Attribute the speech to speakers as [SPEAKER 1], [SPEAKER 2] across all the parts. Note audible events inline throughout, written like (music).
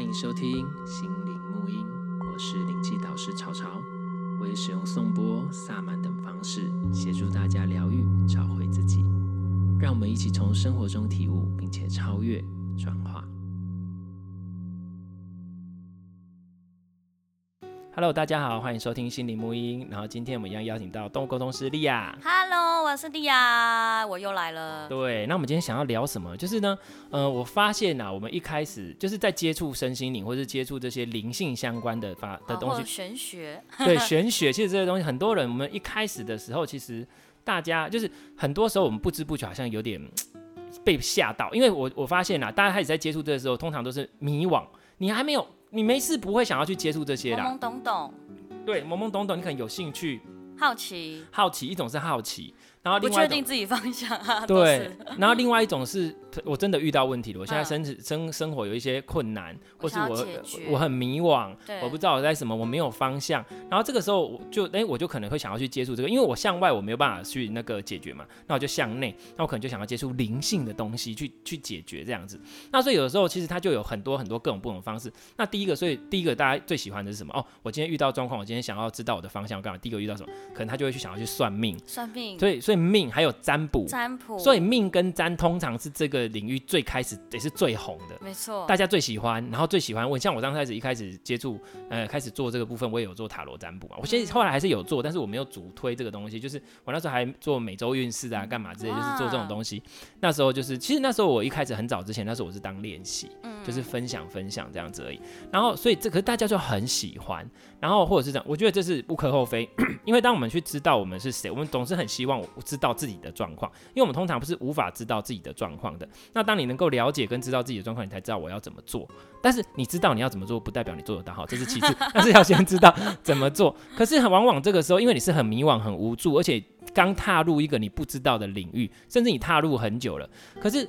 [SPEAKER 1] 迎收听心灵沐音，我是灵气导师潮潮，我也使用颂钵、萨满等方式协助大家疗愈、找回自己。让我们一起从生活中体悟，并且超越、转化。Hello，大家好，欢迎收听心灵沐音。然后今天我们一样邀请到动物沟通师莉亚。
[SPEAKER 2] Hello，我是莉亚，我又来了。
[SPEAKER 1] 对，那我们今天想要聊什么？就是呢，呃，我发现啊，我们一开始就是在接触身心灵，或是接触这些灵性相关的发的
[SPEAKER 2] 啊
[SPEAKER 1] 东
[SPEAKER 2] 或
[SPEAKER 1] 西
[SPEAKER 2] 者，玄学， (laughs)
[SPEAKER 1] 对玄学，其实这些东西，很多人我们一开始的时候，其实大家就是很多时候我们不知不觉好像有点嘖被吓到，因为我我发现啦，大家开始在接触这个时候，通常都是迷惘，你还没有，你没事不会想要去接触这些
[SPEAKER 2] 懵
[SPEAKER 1] 啦，
[SPEAKER 2] 懵懂懂，
[SPEAKER 1] 对，懵懵懂懂，你可能有兴趣、
[SPEAKER 2] 好奇，
[SPEAKER 1] 好奇，一种是好奇，然后
[SPEAKER 2] 不
[SPEAKER 1] 另外
[SPEAKER 2] 确
[SPEAKER 1] 一种
[SPEAKER 2] 定。自己方向啊。 (laughs) 都
[SPEAKER 1] 对
[SPEAKER 2] 是，嗯
[SPEAKER 1] 然后另外一种是我真的遇到问题了，我现在生生生活有一些困难，
[SPEAKER 2] 我
[SPEAKER 1] 或是
[SPEAKER 2] 想要
[SPEAKER 1] 我
[SPEAKER 2] 解决
[SPEAKER 1] 我很迷惘，
[SPEAKER 2] 对
[SPEAKER 1] 我不知道我在什么，我没有方向。然后这个时候我就哎，我就可能会想要去接触这个，因为我向外我没有办法去那个解决嘛，那我就向内，那我可能就想要接触灵性的东西去去解决这样子。那所以有的时候其实它就有很多很多各种不同的方式。那第一个，所以第一个大家最喜欢的是什么？哦，我今天遇到状况，我今天想要知道我的方向，我干嘛？第一个遇到什么，可能他就会去想要去算命。
[SPEAKER 2] 算命、
[SPEAKER 1] 所以所以命还有占卜，
[SPEAKER 2] 占卜，
[SPEAKER 1] 所以命跟占通常是这个领域最开始也是最红的，
[SPEAKER 2] 没错
[SPEAKER 1] 大，家最喜欢，然后最喜欢问。像我刚开始一开始接触，呃，开始做这个部分，我也有做塔罗占卜嘛。我现在后来还是有做，但是我没有主推这个东西，就是我那时候还做每周运势啊，干嘛之类，就是做这种东西。那时候就是，其实那时候我一开始很早之前，那时候我是当练习，
[SPEAKER 2] 嗯
[SPEAKER 1] 就是分享分享这样子而已。然后所以这可是大家就很喜欢，然后或者是这样，我觉得这是无可厚非， (clears throat) 因为当我们去知道我们是谁，我们总是很希望我知道自己的状况，因为我们通常不是无法知道自己的状况的。那当你能够了解跟知道自己的状况，你才知道我要怎么做。但是你知道你要怎么做，不代表你做得到好，这是其次， (laughs) 但是要先知道怎么做。可是很往往这个时候，因为你是很迷惘、很无助，而且刚踏入一个你不知道的领域，甚至你踏入很久了，可是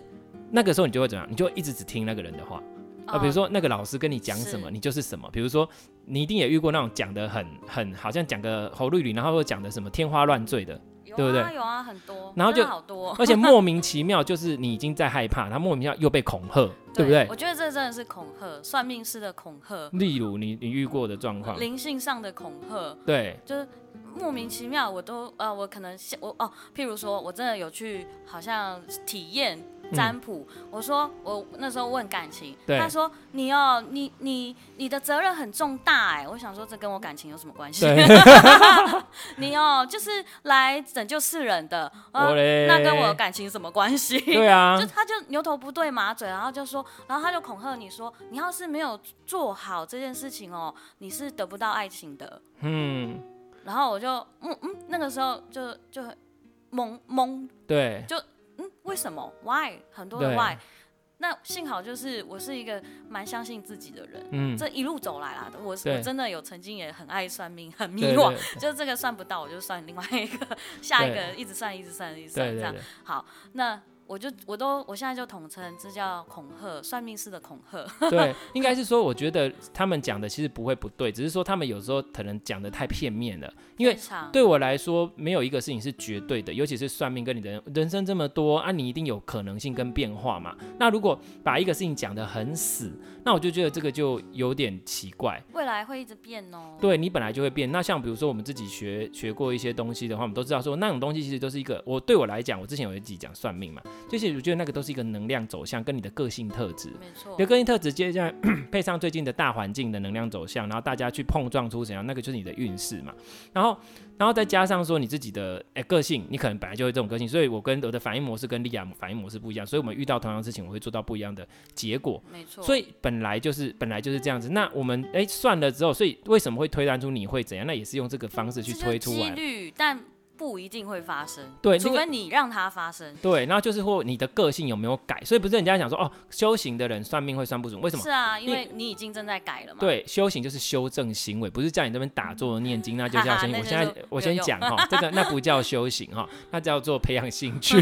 [SPEAKER 1] 那个时候你就会怎么样？你就会一直只听那个人的话。啊，比如说那个老师跟你讲什么，
[SPEAKER 2] 嗯是
[SPEAKER 1] 你就是什么。比如说，你一定也遇过那种讲的很很，好像讲个侯绿绿，然后又讲的什么天花乱坠
[SPEAKER 2] (laughs)
[SPEAKER 1] 的，
[SPEAKER 2] 有啊
[SPEAKER 1] 对不对
[SPEAKER 2] 有啊，很多，
[SPEAKER 1] 然后就
[SPEAKER 2] 真的好多，
[SPEAKER 1] 而且莫名其妙就是你已经在害怕，他莫名其妙又被恐吓，对不对
[SPEAKER 2] 我？觉得这真的是恐吓，算命师的恐吓，
[SPEAKER 1] 例如你你遇过的状况，
[SPEAKER 2] 灵性上的恐吓，
[SPEAKER 1] 对
[SPEAKER 2] 就是莫名其妙，我都呃，我可能先我哦，譬如说我真的有去好像体验占卜，我说我那时候问感情，
[SPEAKER 1] 嗯对
[SPEAKER 2] 他说你哦，你你你的责任很重大哎，我想说这跟我感情有什么关系？
[SPEAKER 1] 对，
[SPEAKER 2] (laughs) 你哦，就是来拯救世人的，呃
[SPEAKER 1] 我嘞
[SPEAKER 2] 那跟我感情什么关系？
[SPEAKER 1] 对啊
[SPEAKER 2] (laughs) 就，他就牛头不对马嘴，然后就说，然后他就恐吓你说，你要是没有做好这件事情哦，你是得不到爱情的。
[SPEAKER 1] 嗯，
[SPEAKER 2] 然后我就嗯嗯，那个时候就就懵懵，
[SPEAKER 1] 对
[SPEAKER 2] 嗯，为什么？Why？很多的
[SPEAKER 1] 对
[SPEAKER 2] Why。那幸好就是我是一个蛮相信自己的人，
[SPEAKER 1] 嗯，
[SPEAKER 2] 这一路走来啦，我是
[SPEAKER 1] 对
[SPEAKER 2] 我真的有曾经也很爱算命，很迷
[SPEAKER 1] 对
[SPEAKER 2] 惘
[SPEAKER 1] 对，
[SPEAKER 2] (laughs) 就这个算不到，我就算另外一个，下一
[SPEAKER 1] 对
[SPEAKER 2] 个一直算，一直算，一直算
[SPEAKER 1] 对
[SPEAKER 2] 这
[SPEAKER 1] 对
[SPEAKER 2] 样
[SPEAKER 1] 对。，
[SPEAKER 2] 好，那我就我都我现在就统称这叫恐吓，算命师的恐吓。
[SPEAKER 1] 对，应该是说，我觉得他们讲的其实不会不对，只是说他们有时候可能讲的太片面了。因
[SPEAKER 2] (laughs)
[SPEAKER 1] 为
[SPEAKER 2] 非常
[SPEAKER 1] 对我来说，没有一个事情是绝对的，尤其是算命跟你的人人生这么多啊，你一定有可能性跟变化嘛。那如果把一个事情讲得很死，那我就觉得这个就有点奇怪。
[SPEAKER 2] 未来会一直变哦。
[SPEAKER 1] 对你本来就会变。那像比如说我们自己学学过一些东西的话，我们都知道说那种东西其实都是一个，我对我来讲，我之前有一集讲算命嘛，就是我觉得那个都是一个能量走向跟你的个性特质。
[SPEAKER 2] 没错
[SPEAKER 1] 你的，个性特质接下来 (coughs) 配上最近的大环境的能量走向，然后大家去碰撞出怎样，那个就是你的运势嘛。然后，然后再加上说你自己的诶、个性，你可能本来就会这种个性，所以我跟我的反应模式跟莉亚反应模式不一样，所以我们遇到同样的事情，我会做到不一样的结果。
[SPEAKER 2] 没错。
[SPEAKER 1] 所
[SPEAKER 2] 以
[SPEAKER 1] 以本来就是本来就是这样子。那我们诶算了之后，所以为什么会推断出你会怎样？那也是用这个方式去推出
[SPEAKER 2] 几
[SPEAKER 1] 来。
[SPEAKER 2] 率，但不一定会发生。
[SPEAKER 1] 对
[SPEAKER 2] 除
[SPEAKER 1] 那个
[SPEAKER 2] 非你让它发生。
[SPEAKER 1] 对，然后就是或你的个性有没有改，所以不是人家讲说哦，修行的人算命会算不准，为什么？
[SPEAKER 2] 是啊，因
[SPEAKER 1] 因
[SPEAKER 2] 为你已经正在改了嘛。
[SPEAKER 1] 对，修行就是修正行为，不是叫你这边打坐念
[SPEAKER 2] (laughs)
[SPEAKER 1] 经，那就叫修行。
[SPEAKER 2] 那
[SPEAKER 1] 我
[SPEAKER 2] 就
[SPEAKER 1] 现在
[SPEAKER 2] 是
[SPEAKER 1] 我
[SPEAKER 2] 没
[SPEAKER 1] 先
[SPEAKER 2] 有
[SPEAKER 1] 讲
[SPEAKER 2] (laughs)
[SPEAKER 1] 哈，这个那不叫修行哈，那叫做培养兴趣。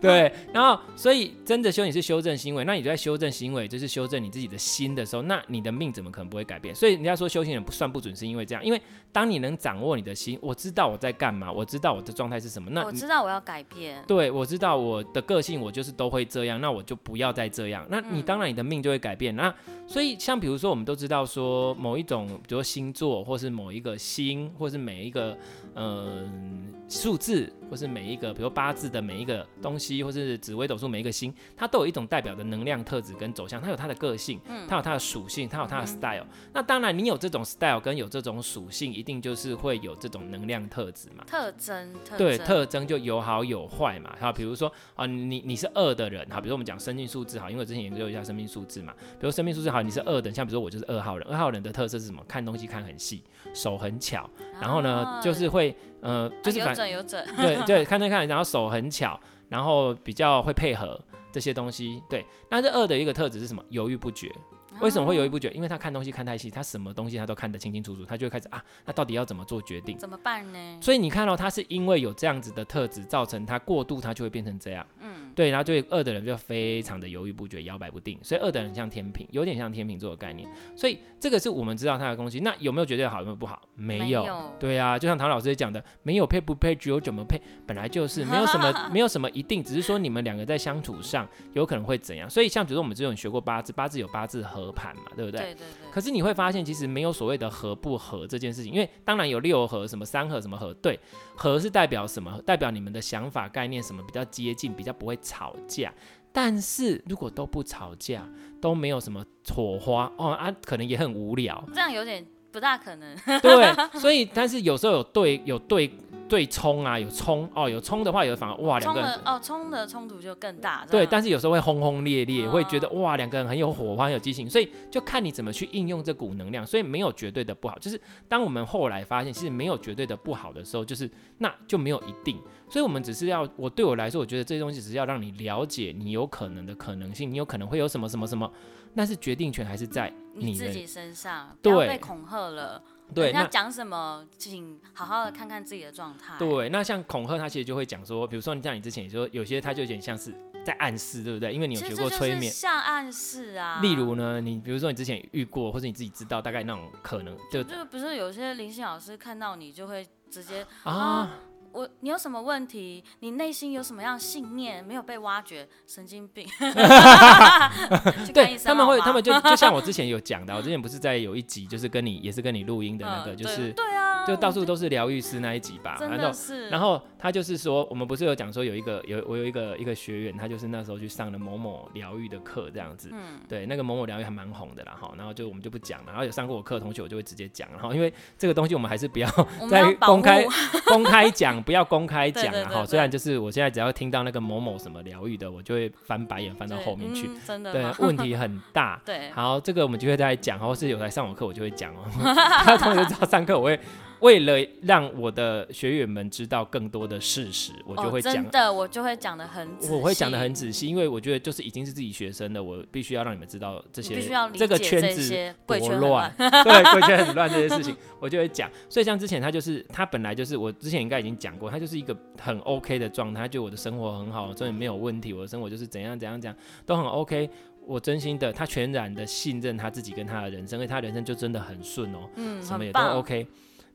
[SPEAKER 1] 对，然后所以真的修行是修正行为，那你在修正行为，就是修正你自己的心的时候，那你的命怎么可能不会改变？所以人家说修行人不算不准，是因为这样，因为当你能掌握你的心，我知道我在干嘛，我知道我的状态是什么。那
[SPEAKER 2] 我知道我要改变，
[SPEAKER 1] 对，我知道我的个性，我就是都会这样，那我就不要再这样。那你
[SPEAKER 2] 嗯
[SPEAKER 1] 当然你的命就会改变。那所以像比如说，我们都知道说某一种，比如说星座，或是某一个星，或是每一个嗯、数字，或是每一个比如八字的每一个东西，或是紫微斗数每一个星，它都有一种代表的能量特质跟走向，它有它的个性，它有它的属性，它有它的 style。那当然，你有这种 style 跟有这种属性，一定就是会有这种能量特质嘛。
[SPEAKER 2] 特征特
[SPEAKER 1] 对，
[SPEAKER 2] 征
[SPEAKER 1] 特征就有好有坏嘛。好，比如说啊，你你是二的人，好，比如说我们讲生命数字，好，因为我之前研究一下生命数字嘛，比如生命数字好，你是二的，像比如说我就是二号人，二号人的特色是什么？看东西看很细，手很巧，然后呢
[SPEAKER 2] 啊
[SPEAKER 1] 就是会呃，就是
[SPEAKER 2] 啊
[SPEAKER 1] 反
[SPEAKER 2] 有准有准，
[SPEAKER 1] 对
[SPEAKER 2] (laughs)
[SPEAKER 1] 对，看对看，然后手很巧，然后比较会配合这些东西。对，那这二的一个特质是什么？犹豫不决。 (laughs) 为什么会
[SPEAKER 2] 啊
[SPEAKER 1] 犹豫不决？因为他看东西看太细，他什么东西他都看得清清楚楚，他就会开始啊，那到底要怎么做决定？
[SPEAKER 2] 怎么办呢？
[SPEAKER 1] 所以你看到、他是因为有这样子的特质，造成他过度，他就会变成这样。
[SPEAKER 2] 嗯，
[SPEAKER 1] 对，然后对二的人就非常的犹豫不决、摇摆不定。所以二的人像天平，有点像天平座的概念。所以这个是我们知道他的东西。那有没有绝对好，有没有不好？没有。
[SPEAKER 2] 没有
[SPEAKER 1] 对啊，就像唐老师讲的，没有配不配，只有怎么配，本来就是没有什
[SPEAKER 2] (laughs)
[SPEAKER 1] 么没有什么一定，只是说你们两个在相处上有可能会怎样。所以像比如说我们之前有学过八字，八字有八字合盘嘛，对不
[SPEAKER 2] 对对对，
[SPEAKER 1] 可是你会发现，其实没有所谓的合不合这件事情，因为当然有六合、什么三合、什么合，对，合是代表什么？代表你们的想法、概念什么比较接近，比较不会吵架。但是如果都不吵架，都没有什么火花哦啊，可能也很无
[SPEAKER 2] (laughs)
[SPEAKER 1] 聊。
[SPEAKER 2] 这样有点不大可能，
[SPEAKER 1] 对，所以但是有时候有对有对对冲啊，有冲哦，有冲的话有反而
[SPEAKER 2] (laughs)
[SPEAKER 1] 哇两
[SPEAKER 2] 冲
[SPEAKER 1] 个人
[SPEAKER 2] 了哦，冲的冲突就更大。这
[SPEAKER 1] 对，
[SPEAKER 2] 样
[SPEAKER 1] 但是有时候会轰轰烈烈，
[SPEAKER 2] 嗯
[SPEAKER 1] 会觉得哇，两个人很有火花，很有激情，所以就看你怎么去应用这股能量，所以没有绝对的不好。就是当我们后来发现，其实没有绝对的不好的时候，就是那就没有一定，所以我们只是要，我对我来说，我觉得这些东西只是要让你了解你有可能的可能性，你有可能会有什么什么什么，但是决定权还是在
[SPEAKER 2] 你
[SPEAKER 1] 你
[SPEAKER 2] 自己
[SPEAKER 1] 的。
[SPEAKER 2] 身上，不要
[SPEAKER 1] 对
[SPEAKER 2] 被恐吓了。
[SPEAKER 1] 对，
[SPEAKER 2] 人家
[SPEAKER 1] 那
[SPEAKER 2] 讲什么，请好好的看看自己的状态。
[SPEAKER 1] 对，那像恐吓，他其实就会讲说，比如说你像你之前也说，有些他就有点像是在暗示，对不对？因为你有
[SPEAKER 2] 其
[SPEAKER 1] 学
[SPEAKER 2] 实
[SPEAKER 1] 过
[SPEAKER 2] 这就
[SPEAKER 1] 催
[SPEAKER 2] 是
[SPEAKER 1] 眠，
[SPEAKER 2] 像暗示啊。
[SPEAKER 1] 例如呢，你比如说你之前遇过，或者你自己知道大概那种可能，就
[SPEAKER 2] 就是不是有些灵性老师看到你就会直接
[SPEAKER 1] 啊，
[SPEAKER 2] 我你有什么问题？你内心有什么样的信念没有被挖掘？神经病。
[SPEAKER 1] (laughs)
[SPEAKER 2] (laughs) 去看
[SPEAKER 1] 对
[SPEAKER 2] 医生
[SPEAKER 1] 他们会，
[SPEAKER 2] 好吗
[SPEAKER 1] 他们就就像我之前
[SPEAKER 2] (laughs)
[SPEAKER 1] 有讲的，我之前不是在有一集就是跟你也是跟你录音的那个，
[SPEAKER 2] 嗯
[SPEAKER 1] 就
[SPEAKER 2] 对
[SPEAKER 1] 是
[SPEAKER 2] 对啊，
[SPEAKER 1] 就到
[SPEAKER 2] 我
[SPEAKER 1] 处都是疗愈师那一集吧，
[SPEAKER 2] 真
[SPEAKER 1] 然后
[SPEAKER 2] 的是，
[SPEAKER 1] 然
[SPEAKER 2] 后
[SPEAKER 1] 后他就是说，我们不是有讲说有一个有我有一个一个学员，他就是那时候去上了某某疗愈的课这样子，
[SPEAKER 2] 嗯
[SPEAKER 1] 对，那个某某疗愈还蛮红的啦哈，然后就我们就不讲了，然后有上过我课的同学我就会直接讲，然后因为这个东西我们还是不要
[SPEAKER 2] 我们
[SPEAKER 1] 在
[SPEAKER 2] 要保
[SPEAKER 1] 公
[SPEAKER 2] 护
[SPEAKER 1] 开公开讲，不要公开
[SPEAKER 2] 对
[SPEAKER 1] 讲
[SPEAKER 2] 对
[SPEAKER 1] 啊！
[SPEAKER 2] 对
[SPEAKER 1] 哈，
[SPEAKER 2] 对
[SPEAKER 1] 虽然就是我现在只要听到那个某某什么疗愈的，我就会翻白眼翻到后面去
[SPEAKER 2] 对。嗯真的
[SPEAKER 1] 对
[SPEAKER 2] (laughs) 吗，。
[SPEAKER 1] 问题很大
[SPEAKER 2] 对，
[SPEAKER 1] 好，这个我们就会再讲，或是有来上我课，我就会
[SPEAKER 2] (laughs)
[SPEAKER 1] 讲哦。他同学知道上课，我会为了让我的学员们知道更多的事实，我就会
[SPEAKER 2] 哦、
[SPEAKER 1] 讲
[SPEAKER 2] 真的，我就会讲的很仔细，
[SPEAKER 1] 我会讲的很仔细，因为我觉得就是已经是自己学生了，我必须要让你们知道这
[SPEAKER 2] 你
[SPEAKER 1] 些
[SPEAKER 2] 必须要理解
[SPEAKER 1] 这个圈
[SPEAKER 2] 这
[SPEAKER 1] 子
[SPEAKER 2] 些
[SPEAKER 1] 多
[SPEAKER 2] 贵圈很
[SPEAKER 1] 乱 (laughs)
[SPEAKER 2] 乱，
[SPEAKER 1] 对，规圈很乱这些事情，我就会讲。所以像之前他就是他本来就是我之前应该已经讲过，他就是一个很 OK 的状态，他觉得我的生活很好，真的没有问题，我的生活就是怎样怎样怎样都很 OK。我真心的，他全然的信任他自己跟他的人生，因为他人生就真的很顺哦、(laughs)
[SPEAKER 2] 嗯，
[SPEAKER 1] 什么也都
[SPEAKER 2] 很棒
[SPEAKER 1] OK。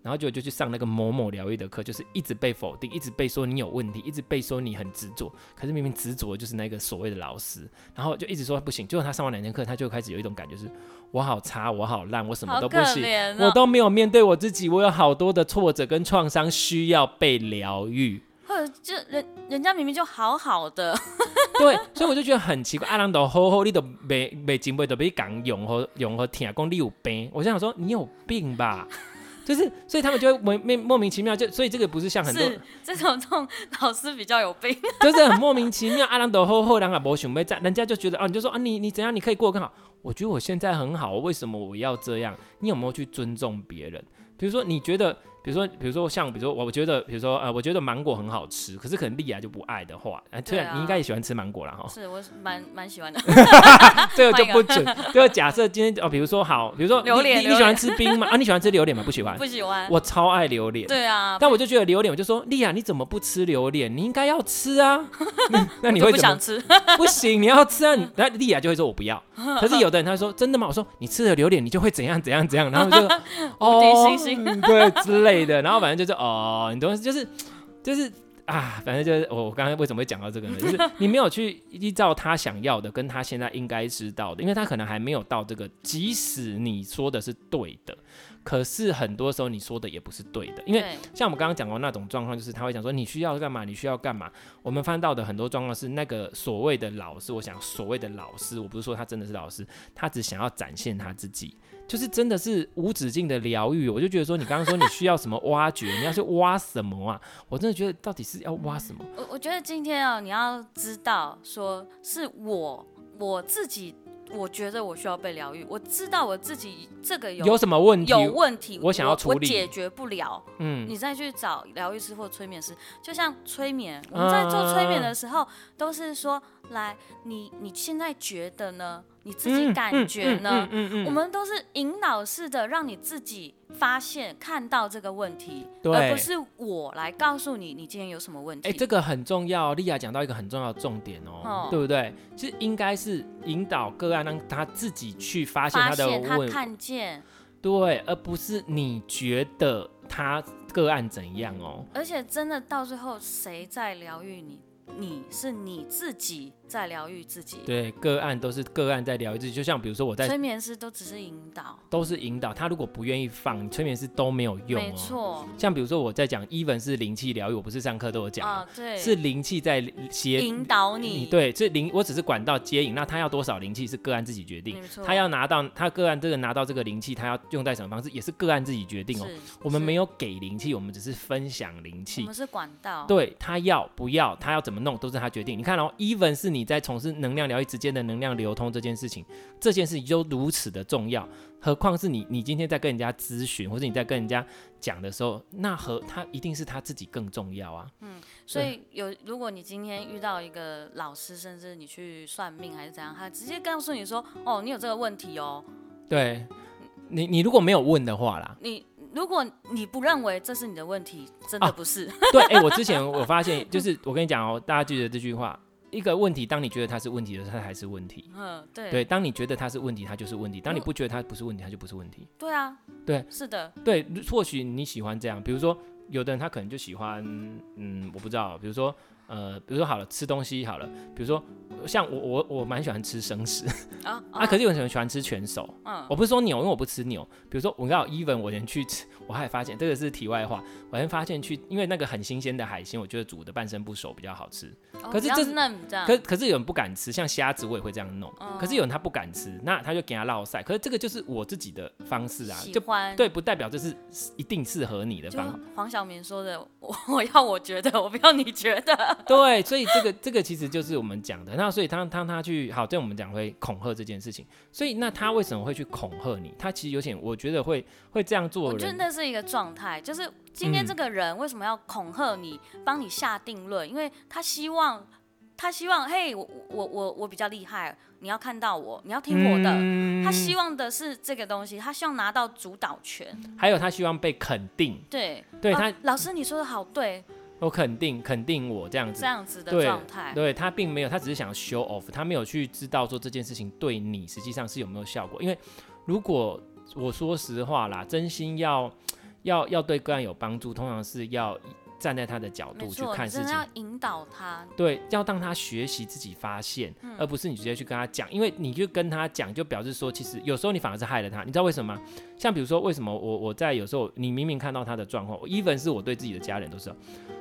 [SPEAKER 1] 然后就就去上那个某某疗愈的课，就是一直被否定，一直被说你有问题，一直被说你很执着。可是明明执着就是那个所谓的老师，然后就一直说不行。结果他上完两天课，他就开始有一种感觉是，我好差，我好烂，我什么
[SPEAKER 2] 好
[SPEAKER 1] 都不
[SPEAKER 2] 可
[SPEAKER 1] 行，
[SPEAKER 2] 怜
[SPEAKER 1] 我
[SPEAKER 2] 哦，
[SPEAKER 1] 都没有面对我自己，我有好多的挫折跟创伤需要被疗愈。
[SPEAKER 2] 或者就人人家明明就好好的，
[SPEAKER 1] 对，所以我就觉得很奇怪，阿郎都吼吼，你都没没经过，都被讲永和永和听讲你有病，我就想说你有病吧，就是所以他们就会莫莫莫名其妙就，所以这个不是 (laughs) 像很多，
[SPEAKER 2] 是这种这种老师比较有病，
[SPEAKER 1] 就是很莫名其妙，阿郎都吼吼，人家没想要在，人家就觉得啊，你就说啊你你怎样你可以过得更好，我觉得我现在很好，为什么我要这样？你有没有去尊重别人？比如说你觉得。比如说，比如说像，比如说我，我觉得，比如说，呃，我觉得芒果很好吃，可是可能莉亚就不爱的话，哎、虽
[SPEAKER 2] 对
[SPEAKER 1] 然
[SPEAKER 2] 啊
[SPEAKER 1] 你应该也喜欢吃芒果啦，哈，
[SPEAKER 2] 是我蛮
[SPEAKER 1] 嗯
[SPEAKER 2] 蛮喜欢的，
[SPEAKER 1] 这个就不准。就假设今天哦，比如说好，比如说
[SPEAKER 2] 榴
[SPEAKER 1] 你
[SPEAKER 2] 莲
[SPEAKER 1] 你你
[SPEAKER 2] 榴莲
[SPEAKER 1] 喜欢吃冰吗？啊，你喜欢吃榴莲吗？不喜欢
[SPEAKER 2] 不，喜欢，
[SPEAKER 1] (laughs) 我超爱榴莲。
[SPEAKER 2] 对啊，
[SPEAKER 1] 但我就觉得榴莲，我就说莉亚，你怎么不吃榴莲？你应该要吃
[SPEAKER 2] (laughs)
[SPEAKER 1] 啊。那你
[SPEAKER 2] 我
[SPEAKER 1] 会
[SPEAKER 2] 就不
[SPEAKER 1] 怎么
[SPEAKER 2] 想？吃，
[SPEAKER 1] (laughs) 不行，你要吃啊。你那莉亚就会说我不要。可是有的人他说真的吗？我说你吃了榴莲，你就会怎样怎样怎样。然后我就
[SPEAKER 2] 无敌
[SPEAKER 1] 哦
[SPEAKER 2] 星，星
[SPEAKER 1] 对之类类的，然后反正就是哦，你懂，就是就是啊，反正就是我我刚才为什么会讲到这个呢？就是你没有去依照他想要的，跟他现在应该知道的，因为他可能还没有到这个，即使你说的是对的，可是很多时候你说的也不是对的，因为
[SPEAKER 2] 对
[SPEAKER 1] 像我们刚刚讲过那种状况，就是他会讲说你需要干嘛，你需要干嘛。我们翻到的很多状况是那个所谓的老师，我想所谓的老师，我不是说他真的是老师，他只想要展现他自己，就是真的是无止境的疗愈。我就觉得说，你刚刚说你需要什么挖掘，你要去挖什么啊？我真的觉得到底是要挖什么？
[SPEAKER 2] 我我觉得今天哦，你要知道，说是我我自己，我觉得我需要被疗愈，我知道我自己这个有
[SPEAKER 1] 有什么问题？
[SPEAKER 2] 有问题，
[SPEAKER 1] 我想要处
[SPEAKER 2] 我
[SPEAKER 1] 理
[SPEAKER 2] 解决不了，
[SPEAKER 1] 嗯，
[SPEAKER 2] 你再去找疗愈师或催眠师，就像催眠，我们
[SPEAKER 1] 啊
[SPEAKER 2] 在做催眠的时候，都是说，来，你你现在觉得呢？你自己
[SPEAKER 1] 嗯
[SPEAKER 2] 感觉呢？
[SPEAKER 1] 嗯嗯
[SPEAKER 2] 我们都是引导式的，让你自己发现、看到这个问题，
[SPEAKER 1] 对
[SPEAKER 2] 而不是我来告诉你你今天有什么问题。
[SPEAKER 1] 哎、这个很重要。莉亚讲到一个很重要的重点哦，
[SPEAKER 2] 哦
[SPEAKER 1] 对不对？其实应该是引导个案，让他自己去发现
[SPEAKER 2] 发
[SPEAKER 1] 他的
[SPEAKER 2] 现他
[SPEAKER 1] 问
[SPEAKER 2] 看见，
[SPEAKER 1] 对，而不是你觉得他个案怎样哦。
[SPEAKER 2] 而且真的到最后，谁在疗愈你？你是你自己在疗愈自己。
[SPEAKER 1] 对，个案都是个案在聊自己，就像比如说我在
[SPEAKER 2] 催眠师都只是引导，
[SPEAKER 1] 都是引导他，如果不愿意放，催眠师都没有用
[SPEAKER 2] 没
[SPEAKER 1] 哦。
[SPEAKER 2] 错。
[SPEAKER 1] 像比如说我在讲，even 是灵气疗愈，我不是上课都有讲吗，
[SPEAKER 2] 啊，对，
[SPEAKER 1] 是灵气在协
[SPEAKER 2] 引导
[SPEAKER 1] 你
[SPEAKER 2] 你，
[SPEAKER 1] 对，这灵我只是管道接引，那他要多少灵气是个案自己决定
[SPEAKER 2] 没，错
[SPEAKER 1] 他要拿到他个案这个拿到这个灵气，他要用在什么方式也是个案自己决定哦。
[SPEAKER 2] 是
[SPEAKER 1] 我们
[SPEAKER 2] 是
[SPEAKER 1] 没有给灵气，我们只是分享灵
[SPEAKER 2] 我
[SPEAKER 1] 气
[SPEAKER 2] 们。是管道，
[SPEAKER 1] 对他要不要，他要怎么弄，都是他决定。你看哦，even 是你在从事能量疗愈之间的能量流通这件事情，这件事情就如此的重要，何况是你你今天在跟人家咨询，或者你在跟人家讲的时候，那和他一定是他自己更重要啊。
[SPEAKER 2] 所以有，如果你今天遇到一个老师，甚至你去算命还是怎样，他直接告诉你说，哦，你有这个问题哦，
[SPEAKER 1] 对，你你如果没有问的话啦，
[SPEAKER 2] 你如果你不认为这是你的问题，真的
[SPEAKER 1] 啊
[SPEAKER 2] 不是， (laughs)
[SPEAKER 1] 对，哎、我之前我发现， (laughs) 就是我跟你讲哦，大家记得这句话：一个问题，当你觉得它是问题的时候，它还是问题。
[SPEAKER 2] 嗯，对，
[SPEAKER 1] 对，当你觉得它是问题，它就是问题；当你不觉得它不是问题，它就不是问题。
[SPEAKER 2] 对啊，
[SPEAKER 1] 对，
[SPEAKER 2] 是的，
[SPEAKER 1] 对，或许你喜欢这样，比如说有的人他可能就喜欢，嗯，我不知道，比如说呃，比如说好了，吃东西好了，比如说像我我我蛮喜欢吃生食
[SPEAKER 2] 啊
[SPEAKER 1] 啊，可是有人喜欢吃全熟，
[SPEAKER 2] 嗯
[SPEAKER 1] 我不是说牛，因为我不吃牛。比如说我刚 even 我连去吃，我还发现这个是题外话，我还发现去，因为那个很新鲜的海鲜，我觉得煮的半生不熟比较好吃。
[SPEAKER 2] 哦
[SPEAKER 1] 可是
[SPEAKER 2] 比较
[SPEAKER 1] 这是
[SPEAKER 2] 嫩这样，
[SPEAKER 1] 可可是有人不敢吃，像虾子我也会这样弄。
[SPEAKER 2] 嗯
[SPEAKER 1] 可是有人他不敢吃，那他就给他落塞。可是这个就是我自己的方式啊，
[SPEAKER 2] 喜
[SPEAKER 1] 就
[SPEAKER 2] 欢，
[SPEAKER 1] 对，不代表这是一定适合你的
[SPEAKER 2] 就
[SPEAKER 1] 方法。
[SPEAKER 2] 黄晓明说的， (laughs) 我我要我觉得，我不要你觉得，
[SPEAKER 1] 对，所以这个这个其实就是我们讲的。那所以当当他去好，这样我们讲会恐吓这件事情。所以那他为什么会去恐吓你？他其实有点，我觉得会会这样做
[SPEAKER 2] 我
[SPEAKER 1] 的
[SPEAKER 2] 觉得
[SPEAKER 1] 人。
[SPEAKER 2] 那是一个状态，就是今天
[SPEAKER 1] 嗯
[SPEAKER 2] 这个人为什么要恐吓你，帮你下定论，因为他希望，他希望，嘿，我我我我比较厉害，你要看到我，你要听我的。
[SPEAKER 1] 嗯
[SPEAKER 2] 他希望的是这个东西，他希望拿到主导权。
[SPEAKER 1] 还有他希望被肯定，
[SPEAKER 2] 对，
[SPEAKER 1] 对
[SPEAKER 2] 啊
[SPEAKER 1] 他
[SPEAKER 2] 老师你说的好，对，
[SPEAKER 1] 我肯定肯定我这样
[SPEAKER 2] 这
[SPEAKER 1] 子。
[SPEAKER 2] 样子的
[SPEAKER 1] 对
[SPEAKER 2] 状态，
[SPEAKER 1] 对他并没有，他只是想 show off，他没有去知道说这件事情对你实际上是有没有效果。因为如果我说实话啦，真心要要要对个案有帮助，通常是要站在他的角
[SPEAKER 2] 没
[SPEAKER 1] 度去
[SPEAKER 2] 错，
[SPEAKER 1] 看
[SPEAKER 2] 你
[SPEAKER 1] 事
[SPEAKER 2] 真的
[SPEAKER 1] 情
[SPEAKER 2] 要。引导他，
[SPEAKER 1] 对，要让他学习自己发现，
[SPEAKER 2] 嗯
[SPEAKER 1] 而不是你直接去跟他讲，因为你就跟他讲，就表示说，其实有时候你反而是害了他，你知道为什么吗？像比如说，为什么我我在有时候你明明看到他的状况我，even 是我对自己的家人都是哦，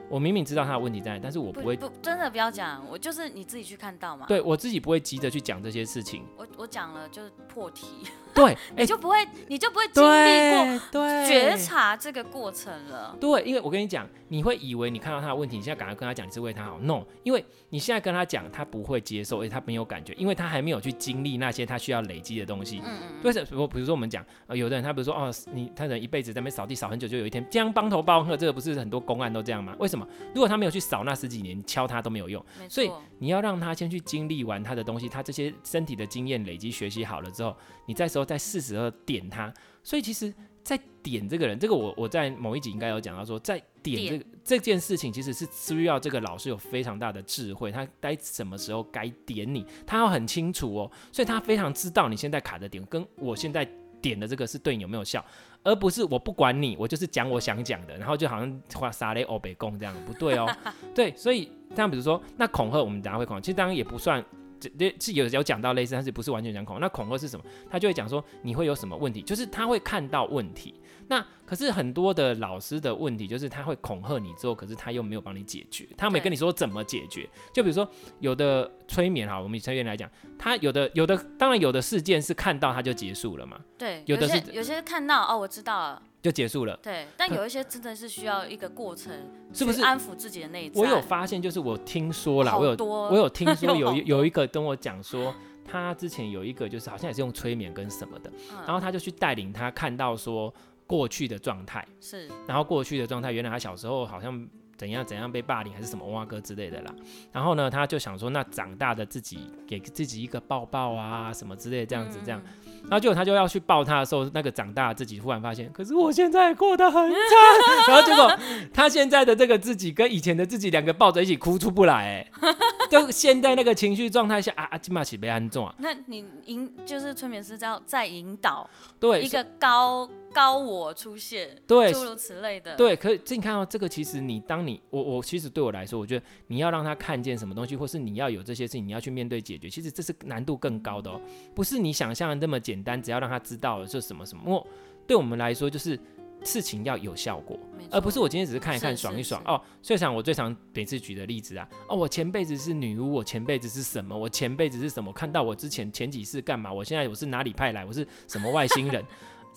[SPEAKER 1] 我明明知道他的问题在哪里，但是我不
[SPEAKER 2] 不
[SPEAKER 1] 会，
[SPEAKER 2] 不，真的不要讲，我就是你自己去看到嘛。
[SPEAKER 1] 对我自己不会急着去讲这些事情，
[SPEAKER 2] 我我讲了就是破题，
[SPEAKER 1] 对，哎
[SPEAKER 2] 你，就不会你就不会经历过
[SPEAKER 1] 对对，
[SPEAKER 2] 觉察这个过程了。
[SPEAKER 1] 对，因为我跟你讲，你会以为你看到他的问题，你现在赶快跟他讲，你是为他好。No，因为你现在跟他讲，他不会接受，而且他没有感觉，因为他还没有去经历那些他需要累积的东西。嗯嗯。为什么？比如说我们讲，呃，有的人他比如说哦，你他人一辈子在那边扫地扫很久，就有一天这样帮头帮客，这个不是很多公案都这样吗？为什么？如果他没有去扫那十几年，你敲他都没有用。
[SPEAKER 2] 没
[SPEAKER 1] 所以
[SPEAKER 2] 错，
[SPEAKER 1] 你要让他先去经历完他的东西，他这些身体的经验累积学习好了之后，你再时候再适时的点他。所以其实，在点这个人，这个我我在某一集应该有讲到说，在点这个这件事情，其实是需要这个老师有非常大的智慧，他该什么时候该点你，他要很清楚哦，所以他非常知道你现在卡的点跟我现在。点的这个是对你有没有效，而不是我不管你，我就是讲我想讲的，然后就好像画撒嘞欧北贡这样，不对哦。对，所以像比如说那恐吓，我们等下会恐吓，其实当然也不算。这这是有有讲到类似，但是不是完全讲恐吓。那恐吓是什么？他就会讲说你会有什么问题，就是他会看到问题。那可是很多的老师的问题就是他会恐吓你之后，可是他又没有帮你解决，他没
[SPEAKER 2] 对
[SPEAKER 1] 跟你说怎么解决。就比如说有的催眠哈，我们以催眠来讲，他有的有的当然有的事件是看到他就结束了嘛，
[SPEAKER 2] 对，
[SPEAKER 1] 有的
[SPEAKER 2] 些
[SPEAKER 1] 是
[SPEAKER 2] 有些看到哦，我知道了，
[SPEAKER 1] 就结束了，
[SPEAKER 2] 对，但
[SPEAKER 1] 可
[SPEAKER 2] 有一些真的是需要一个过程，
[SPEAKER 1] 是不
[SPEAKER 2] 去
[SPEAKER 1] 是？
[SPEAKER 2] 安抚自己的内在？
[SPEAKER 1] 我有发现，就是啊我听说啦，
[SPEAKER 2] 好
[SPEAKER 1] 我有
[SPEAKER 2] 多
[SPEAKER 1] 我有听说
[SPEAKER 2] 有
[SPEAKER 1] 有
[SPEAKER 2] 好 (laughs)
[SPEAKER 1] 一有一个跟我讲说，他之前有一个就是好像也是用催眠跟什么的，
[SPEAKER 2] 嗯
[SPEAKER 1] 然后他就去带领他看到说过去的状态，
[SPEAKER 2] 是
[SPEAKER 1] 然后过去的状态原来他小时候好像怎样怎样被霸凌还是什么哇哥之类的啦，然后呢他就想说那长大的自己给自己一个抱抱啊什么之类的这样子这样，，
[SPEAKER 2] 嗯
[SPEAKER 1] 然后结果他就要去抱他的时候，那个长大的自己忽然发现，可是我现在过得很惨。 (laughs) 然后结果他现在的这个自己跟以前的自己两个抱着一起哭出不来，哎，就现在那个情绪状态下啊啊，金马起被安重啊，
[SPEAKER 2] 那你引就是催眠师在在引导
[SPEAKER 1] 对
[SPEAKER 2] 一个高高我出现，
[SPEAKER 1] 对
[SPEAKER 2] 诸如此类的，，
[SPEAKER 1] 对，可是你看哦到、这个，其实你当你我我其实对我来说，我觉得你要让他看见什么东西，或是你要有这些事情，你要去面对解决，其实这是难度更高的哦，不是你想象的那么简单，只要让他知道了就什么什么。因为对我们来说，就是事情要有效果，
[SPEAKER 2] 没错
[SPEAKER 1] 而不是我今天只是看一看
[SPEAKER 2] 是
[SPEAKER 1] 爽一
[SPEAKER 2] 是
[SPEAKER 1] 爽
[SPEAKER 2] 是
[SPEAKER 1] 哦。最常我最常每次举的例子啊，哦，我前辈子是女巫，我前辈子是什么？我前辈子是什么？看到我之前前几世干嘛？我现在我是哪里派来？我是什么外星
[SPEAKER 2] (laughs)
[SPEAKER 1] 人？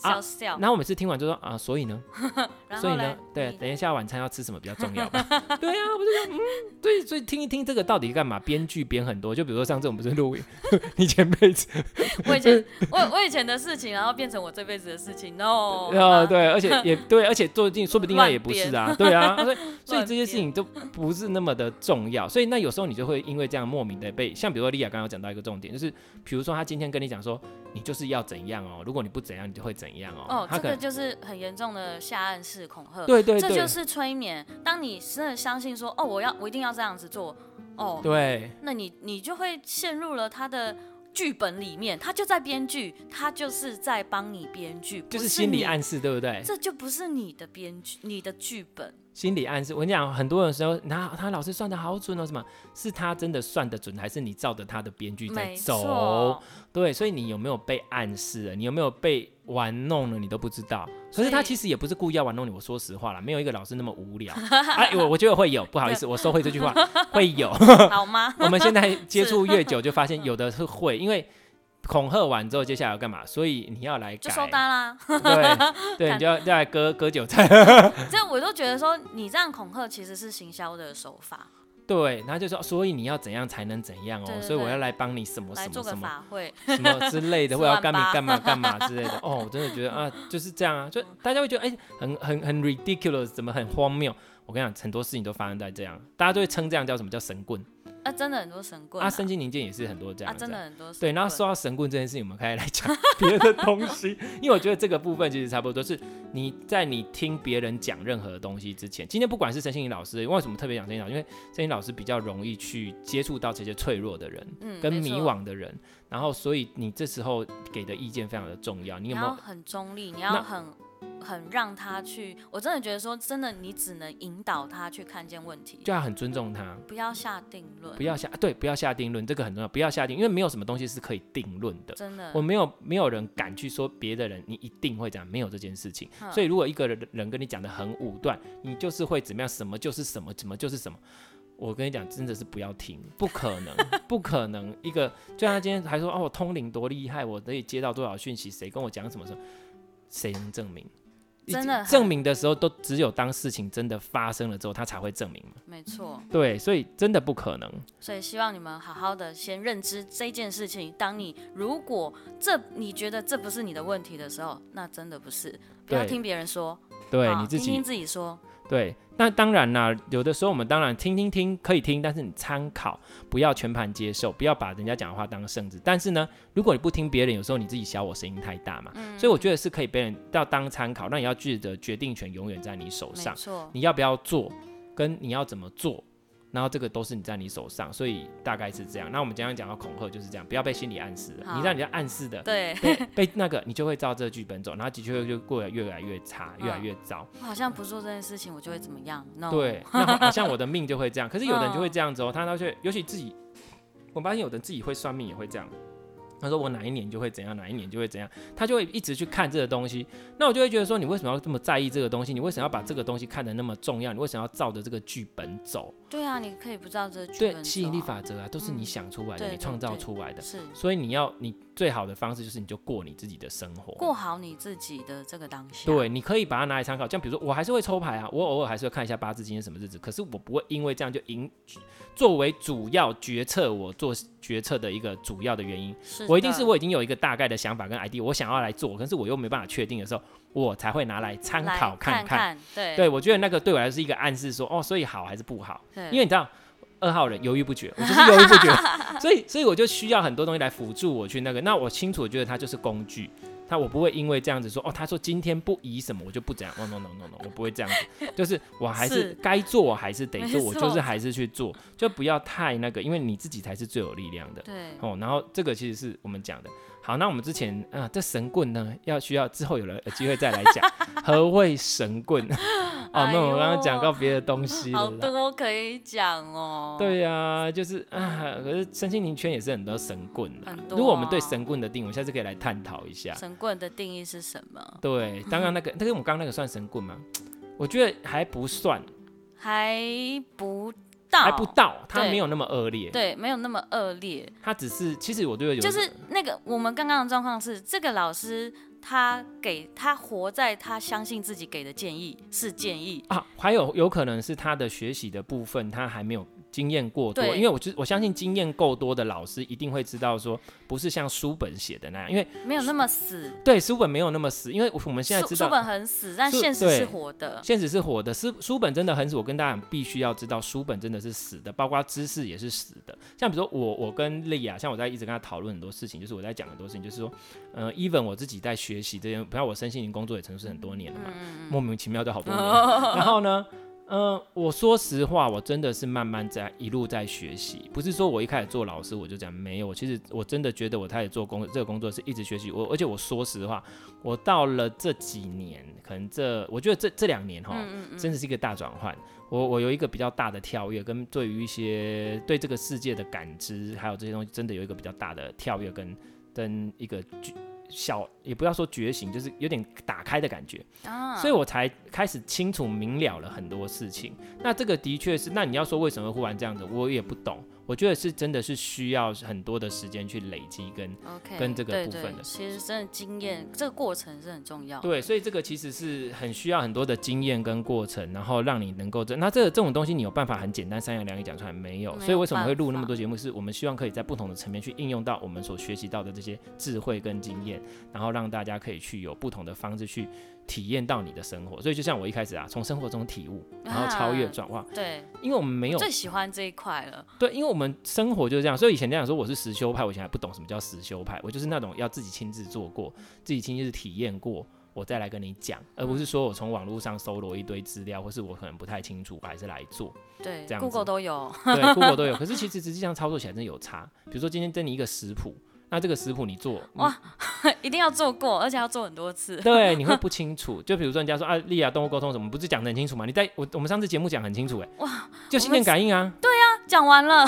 [SPEAKER 1] 啊
[SPEAKER 2] 笑笑，
[SPEAKER 1] 然后我每次听完就说啊，所以呢？
[SPEAKER 2] 然
[SPEAKER 1] 所以
[SPEAKER 2] 后
[SPEAKER 1] 呢
[SPEAKER 2] 嘞，，
[SPEAKER 1] 对，
[SPEAKER 2] 你
[SPEAKER 1] 等一下晚餐要吃什么比较重要
[SPEAKER 2] (laughs)
[SPEAKER 1] 吧？对啊，我就想，嗯，对，所以听一听这个到底干嘛？编剧编很多，就比如说上次我们不是录影， (laughs) 你前辈子，
[SPEAKER 2] 我以
[SPEAKER 1] (laughs)
[SPEAKER 2] 前我我以前的事情，然后变成我这辈子的事情，no，
[SPEAKER 1] 呃，
[SPEAKER 2] 哦好吧
[SPEAKER 1] 对，而且
[SPEAKER 2] (laughs)
[SPEAKER 1] 也对，而且做不定说不定那
[SPEAKER 2] 乱
[SPEAKER 1] 也不是啊，对啊，
[SPEAKER 2] (laughs)
[SPEAKER 1] 所以所以
[SPEAKER 2] 乱
[SPEAKER 1] 这些事
[SPEAKER 2] 编
[SPEAKER 1] 情都不是那么的重要，所以那有时候你就会因为这样莫名的被，像比如说莉亚刚刚有讲到一个重点，就是比如说他今天跟你讲说，你就是要怎样哦，如果你不怎样，你就会怎样哦，
[SPEAKER 2] 哦，
[SPEAKER 1] 他
[SPEAKER 2] 这
[SPEAKER 1] 可
[SPEAKER 2] 个
[SPEAKER 1] 能
[SPEAKER 2] 就是很严重的下暗示恐吓，
[SPEAKER 1] 对对
[SPEAKER 2] 这
[SPEAKER 1] 对
[SPEAKER 2] 就是催眠。当你真的相信说，哦，我要我一定要这样子做，哦，
[SPEAKER 1] 对，
[SPEAKER 2] 那你你就会陷入了他的剧本里面，他就在编剧，他就是在帮你编剧，
[SPEAKER 1] 就
[SPEAKER 2] 不
[SPEAKER 1] 是
[SPEAKER 2] 是
[SPEAKER 1] 心理
[SPEAKER 2] 你，
[SPEAKER 1] 暗示，对不对？
[SPEAKER 2] 这就不是你的编剧，你的剧本。
[SPEAKER 1] 心理暗示。我跟你讲，很多人时候，他他老师算的好准哦，什么是他真的算的准，还是你照着他的编剧在
[SPEAKER 2] 没
[SPEAKER 1] 走
[SPEAKER 2] 错？，
[SPEAKER 1] 对，所以你有没有被暗示了？你有没有被玩弄了？你都不知道。可是他
[SPEAKER 2] 所以
[SPEAKER 1] 其实也不是故意要玩弄你。我说实话啦，没有一个老师那么无聊。哎、我我觉得会有，不好意思，我收回这
[SPEAKER 2] (laughs)
[SPEAKER 1] 句话，会有。
[SPEAKER 2] 好吗？
[SPEAKER 1] 我们现在接
[SPEAKER 2] (laughs)
[SPEAKER 1] 触越久，就发现有的是会，因为恐吓完之后，接下来要干嘛？所以你要来 (laughs)
[SPEAKER 2] 就
[SPEAKER 1] 改，
[SPEAKER 2] 收单啦。 (laughs)
[SPEAKER 1] 对对，你就要要来割割韭菜。 (laughs)
[SPEAKER 2] 这我都觉得说，你这样恐吓其实是行销的手法，
[SPEAKER 1] 对，然后就说，所以你要怎样才能怎样哦，
[SPEAKER 2] 对对
[SPEAKER 1] 所以我
[SPEAKER 2] 对
[SPEAKER 1] 要来帮你什么
[SPEAKER 2] 来
[SPEAKER 1] 什
[SPEAKER 2] 做
[SPEAKER 1] 么
[SPEAKER 2] 个
[SPEAKER 1] 什么
[SPEAKER 2] 法会。
[SPEAKER 1] 什么之类
[SPEAKER 2] (laughs)
[SPEAKER 1] 的，
[SPEAKER 2] 四
[SPEAKER 1] 或者要
[SPEAKER 2] 万
[SPEAKER 1] 干你
[SPEAKER 2] 八
[SPEAKER 1] 干嘛干嘛之类
[SPEAKER 2] (laughs)
[SPEAKER 1] 的。哦，我真的觉得啊，就是这样啊，就大家会觉得哎、很很很 ridiculous，怎么很荒谬？我跟你讲，很多事情都发生在这样，大家都会称这样叫什么叫神棍
[SPEAKER 2] 啊，真的很多神棍
[SPEAKER 1] 啊，身心灵界也是很多这样
[SPEAKER 2] 啊，真的。很多神
[SPEAKER 1] 对，然后
[SPEAKER 2] 棍
[SPEAKER 1] 说到神棍这件事情，我们可以来讲 (laughs) 别的东西，因为我觉得这个部分其实差不多，是你在你听别人讲任何东西之前，今天不管是身心灵老师，为什么特别讲身心灵老师？因为身心灵老师比较容易去接触到这些脆弱的人，
[SPEAKER 2] 嗯
[SPEAKER 1] 跟
[SPEAKER 2] 没
[SPEAKER 1] 迷
[SPEAKER 2] 错
[SPEAKER 1] 惘的人，然后所以你这时候给的意见非常的重要，你有
[SPEAKER 2] 你
[SPEAKER 1] 没
[SPEAKER 2] 要
[SPEAKER 1] 有？
[SPEAKER 2] 很中立，你
[SPEAKER 1] 那
[SPEAKER 2] 要很很让他去。我真的觉得说，真的，你只能引导他去看见问题，
[SPEAKER 1] 就要很尊重他，
[SPEAKER 2] 不要下定论
[SPEAKER 1] 不。要下啊对，不要下定论，这个很重要，不要下定，因为没有什么东西是可以定论的。
[SPEAKER 2] 真的
[SPEAKER 1] 我，没有没有人敢去说别的人你一定会这样，没有这件事情。
[SPEAKER 2] 嗯
[SPEAKER 1] 所以如果一个人人跟你讲的很武断，你就是会怎么样，什么就是什么，什么就是什么。我跟你讲，真的是不要听，不可能， (laughs) 不可能。一个就像他今天还说哦，我通灵多厉害，我可以接到多少讯息，谁跟我讲什么什么，谁能证明？
[SPEAKER 2] 真的很
[SPEAKER 1] 证明的时候，都只有当事情真的发生了之后，他才会证明嘛。
[SPEAKER 2] 没错。
[SPEAKER 1] 对，所以真的不可能。
[SPEAKER 2] 所以希望你们好好的先认知这件事情。当你如果这你觉得这不是你的问题的时候，那真的不是。不要
[SPEAKER 1] 对
[SPEAKER 2] 听别人说，
[SPEAKER 1] 对
[SPEAKER 2] 好
[SPEAKER 1] 你自己
[SPEAKER 2] 听听自己说，
[SPEAKER 1] 对，那当然啦，有的时候我们当然听听听可以听，但是你参考，不要全盘接受，不要把人家讲的话当圣旨。但是呢，如果你不听别人，有时候你自己小我声音太大嘛，
[SPEAKER 2] 嗯
[SPEAKER 1] 所以我觉得是可以别人要当参考，那你要记得决定权永远在你手
[SPEAKER 2] 没
[SPEAKER 1] 上，
[SPEAKER 2] 错，
[SPEAKER 1] 你要不要做，跟你要怎么做。然后这个都是你在你手上，所以大概是这样。那我们刚刚讲到恐吓就是这样，不要被心理暗示了，
[SPEAKER 2] 好
[SPEAKER 1] 你让人家暗示的，
[SPEAKER 2] 对，
[SPEAKER 1] 被被那个，你就会照这个剧本走，然后的确就过得越来越差，越来越糟。
[SPEAKER 2] (laughs) 我好像不做这件事情，我就会怎么样？No，
[SPEAKER 1] 对，那好好像我的命就会这样，可是有的人就会
[SPEAKER 2] 嗯
[SPEAKER 1] 这样子哦，他他却尤其自己，我发现有的人自己会算命也会这样。他说我哪一年就会怎样，哪一年就会怎样，他就会一直去看这个东西。那我就会觉得说，你为什么要这么在意这个东西？你为什么要把这个东西看得那么重要？你为什么要照着这个剧本走？
[SPEAKER 2] 对啊，你可以不知道这个剧本
[SPEAKER 1] 对，
[SPEAKER 2] 走啊嗯
[SPEAKER 1] 吸引力法则啊，都是你想出来的，
[SPEAKER 2] 对
[SPEAKER 1] 你
[SPEAKER 2] 对
[SPEAKER 1] 创造
[SPEAKER 2] 对
[SPEAKER 1] 出来的。
[SPEAKER 2] 是
[SPEAKER 1] 所以你要你最好的方式就是你就过你自己的生活，
[SPEAKER 2] 过好你自己的这个当下。
[SPEAKER 1] 对，你可以把它拿来参考。像比如说，我还是会抽牌啊，我偶尔还是会看一下八字今天什么日子，可是我不会因为这样就影作为主要决策我做决策的一个主要的原因。
[SPEAKER 2] 是
[SPEAKER 1] 我一定是
[SPEAKER 2] 的
[SPEAKER 1] 我已经有一个大概的想法跟 idea，我想要来做，可是我又没办法确定的时候，我才会拿来参
[SPEAKER 2] 来
[SPEAKER 1] 考看。
[SPEAKER 2] 看看，对
[SPEAKER 1] 对，我觉得那个对我来说是一个暗示说哦，所以好还是不好。
[SPEAKER 2] 对，
[SPEAKER 1] 因为你知道，二号人犹豫不决，我就是犹豫
[SPEAKER 2] (laughs)
[SPEAKER 1] 不决，所以所以我就需要很多东西来辅助我去那个。那我清楚，我觉得它就是工具，它我不会因为这样子说哦，他说今天不宜什么，我就不怎样。no no no no no，我不会这样
[SPEAKER 2] (laughs)
[SPEAKER 1] 子，就是我还是
[SPEAKER 2] 是
[SPEAKER 1] 该做我还是得做，
[SPEAKER 2] 没
[SPEAKER 1] 我
[SPEAKER 2] 错
[SPEAKER 1] 就是还是去做，就不要太那个，因为你自己才是最有力量的。
[SPEAKER 2] 对
[SPEAKER 1] 哦，然后这个其实是我们讲的。好，那我们之前啊、这神棍呢，要需要之后有了有机会再来
[SPEAKER 2] (laughs)
[SPEAKER 1] 讲何谓神棍。哦，
[SPEAKER 2] 哎
[SPEAKER 1] 那我们刚刚讲
[SPEAKER 2] 呦
[SPEAKER 1] 到别的东西了
[SPEAKER 2] 好
[SPEAKER 1] 啦。
[SPEAKER 2] 多可以讲哦。
[SPEAKER 1] 对呀、就是 (coughs) 啊，可是身心灵圈也是很多神棍的、
[SPEAKER 2] 很多
[SPEAKER 1] 如果我们对
[SPEAKER 2] 啊
[SPEAKER 1] 神棍的定义，我们下次可以来探讨一下。
[SPEAKER 2] 神棍的定义是什么？
[SPEAKER 1] 对，刚刚那
[SPEAKER 2] (coughs)
[SPEAKER 1] 个，但是我们刚刚那个算神棍吗？我觉得还不算，
[SPEAKER 2] 还不到，
[SPEAKER 1] 还不到，他
[SPEAKER 2] 对
[SPEAKER 1] 没有那么恶劣，
[SPEAKER 2] 对，没有那么恶劣。
[SPEAKER 1] 他只是其实我觉得有
[SPEAKER 2] 就是那个我们刚刚的状况是，这个老师他给他活在他相信自己给的建议是建议，
[SPEAKER 1] 啊，还有有可能是他的学习的部分，他还没有经验过多，
[SPEAKER 2] 对
[SPEAKER 1] 因为我知我相信经验够多的老师一定会知道说，不是像书本写的那样，因为
[SPEAKER 2] 没有那么死。
[SPEAKER 1] 对书本没有那么死，因为我们现在
[SPEAKER 2] 书
[SPEAKER 1] 知
[SPEAKER 2] 书
[SPEAKER 1] 道
[SPEAKER 2] 本很死，但
[SPEAKER 1] 书
[SPEAKER 2] 现实
[SPEAKER 1] 对
[SPEAKER 2] 是活的。
[SPEAKER 1] 现实是活的，书书本真的很死。我跟大家讲必须要知道，书本真的是死的，包括知识也是死的。像比如说我，我跟莉亚，像我在一直跟她讨论很多事情，就是我在讲很多事情，就是说，呃，even 我自己在学习这些，不像我身心灵工作也从事很多年了嘛，莫名其妙就好多年
[SPEAKER 2] 哦
[SPEAKER 1] 了。然后呢？嗯，我说实话，我真的是慢慢在一路在学习，不是说我一开始做老师我就讲没有，我其实我真的觉得我开始做工这个工作是一直学习，我而且我说实话，我到了这几年，可能这我觉得这这两年哈，真的是一个大转换。我我有一个比较大的跳跃，跟对于一些对这个世界的感知，还有这些东西，真的有一个比较大的跳跃跟跟一个觉小，也不要说觉醒，就是有点打开的感觉。
[SPEAKER 2] 啊，
[SPEAKER 1] 所以我才开始清楚明了了很多事情。那这个的确是，那你要说为什么忽然这样子，我也不懂。我觉得是真的是需要很多的时间去累积跟 (laughs)
[SPEAKER 2] OK，
[SPEAKER 1] 跟这个
[SPEAKER 2] 对
[SPEAKER 1] 部分
[SPEAKER 2] 对
[SPEAKER 1] 的
[SPEAKER 2] 其实真的经验，这个过程是很重要的。
[SPEAKER 1] 对，所以这个其实是很需要很多的经验跟过程，然后让你能够这那这个这种东西你有办法很简单三言两语讲出来没有？
[SPEAKER 2] 没有
[SPEAKER 1] 所以为什么会录
[SPEAKER 2] 办法
[SPEAKER 1] 那么多节目？是我们希望可以在不同的层面去应用到我们所学习到的这些智慧跟经验，然后让大家可以去有不同的方式去体验到你的生活。所以就像我一开始啊，从生活中体悟，然后超越
[SPEAKER 2] 啊
[SPEAKER 1] 转化，
[SPEAKER 2] 对，
[SPEAKER 1] 因为我们没有
[SPEAKER 2] 最喜欢这一块了。
[SPEAKER 1] 对，因为我们生活就是这样，所以以前这样说我是实修派，我以前还不懂什么叫实修派，我就是那种要自己亲自做过，自己亲自体验过，我再来跟你讲，而不是说我从网络上搜罗一堆资料，或是我可能不太清楚，我还是来
[SPEAKER 2] (laughs)
[SPEAKER 1] 做。
[SPEAKER 2] 对
[SPEAKER 1] 这样子
[SPEAKER 2] ，Google 都有。 (laughs)
[SPEAKER 1] 对，Google 都有，可是其实实际上操作起来真的有差。比如说今天给你一个食谱，那这个食谱你做，
[SPEAKER 2] 哇一定要做过，而且要做很多次。 (laughs)
[SPEAKER 1] 对，你会不清楚。就比如说人家说啊，利亚动物沟通什么，不是讲的很清楚吗？你在我我们上次节目讲很清楚、欸，哇，就心电感应
[SPEAKER 2] (laughs)
[SPEAKER 1] 啊，
[SPEAKER 2] 讲完了，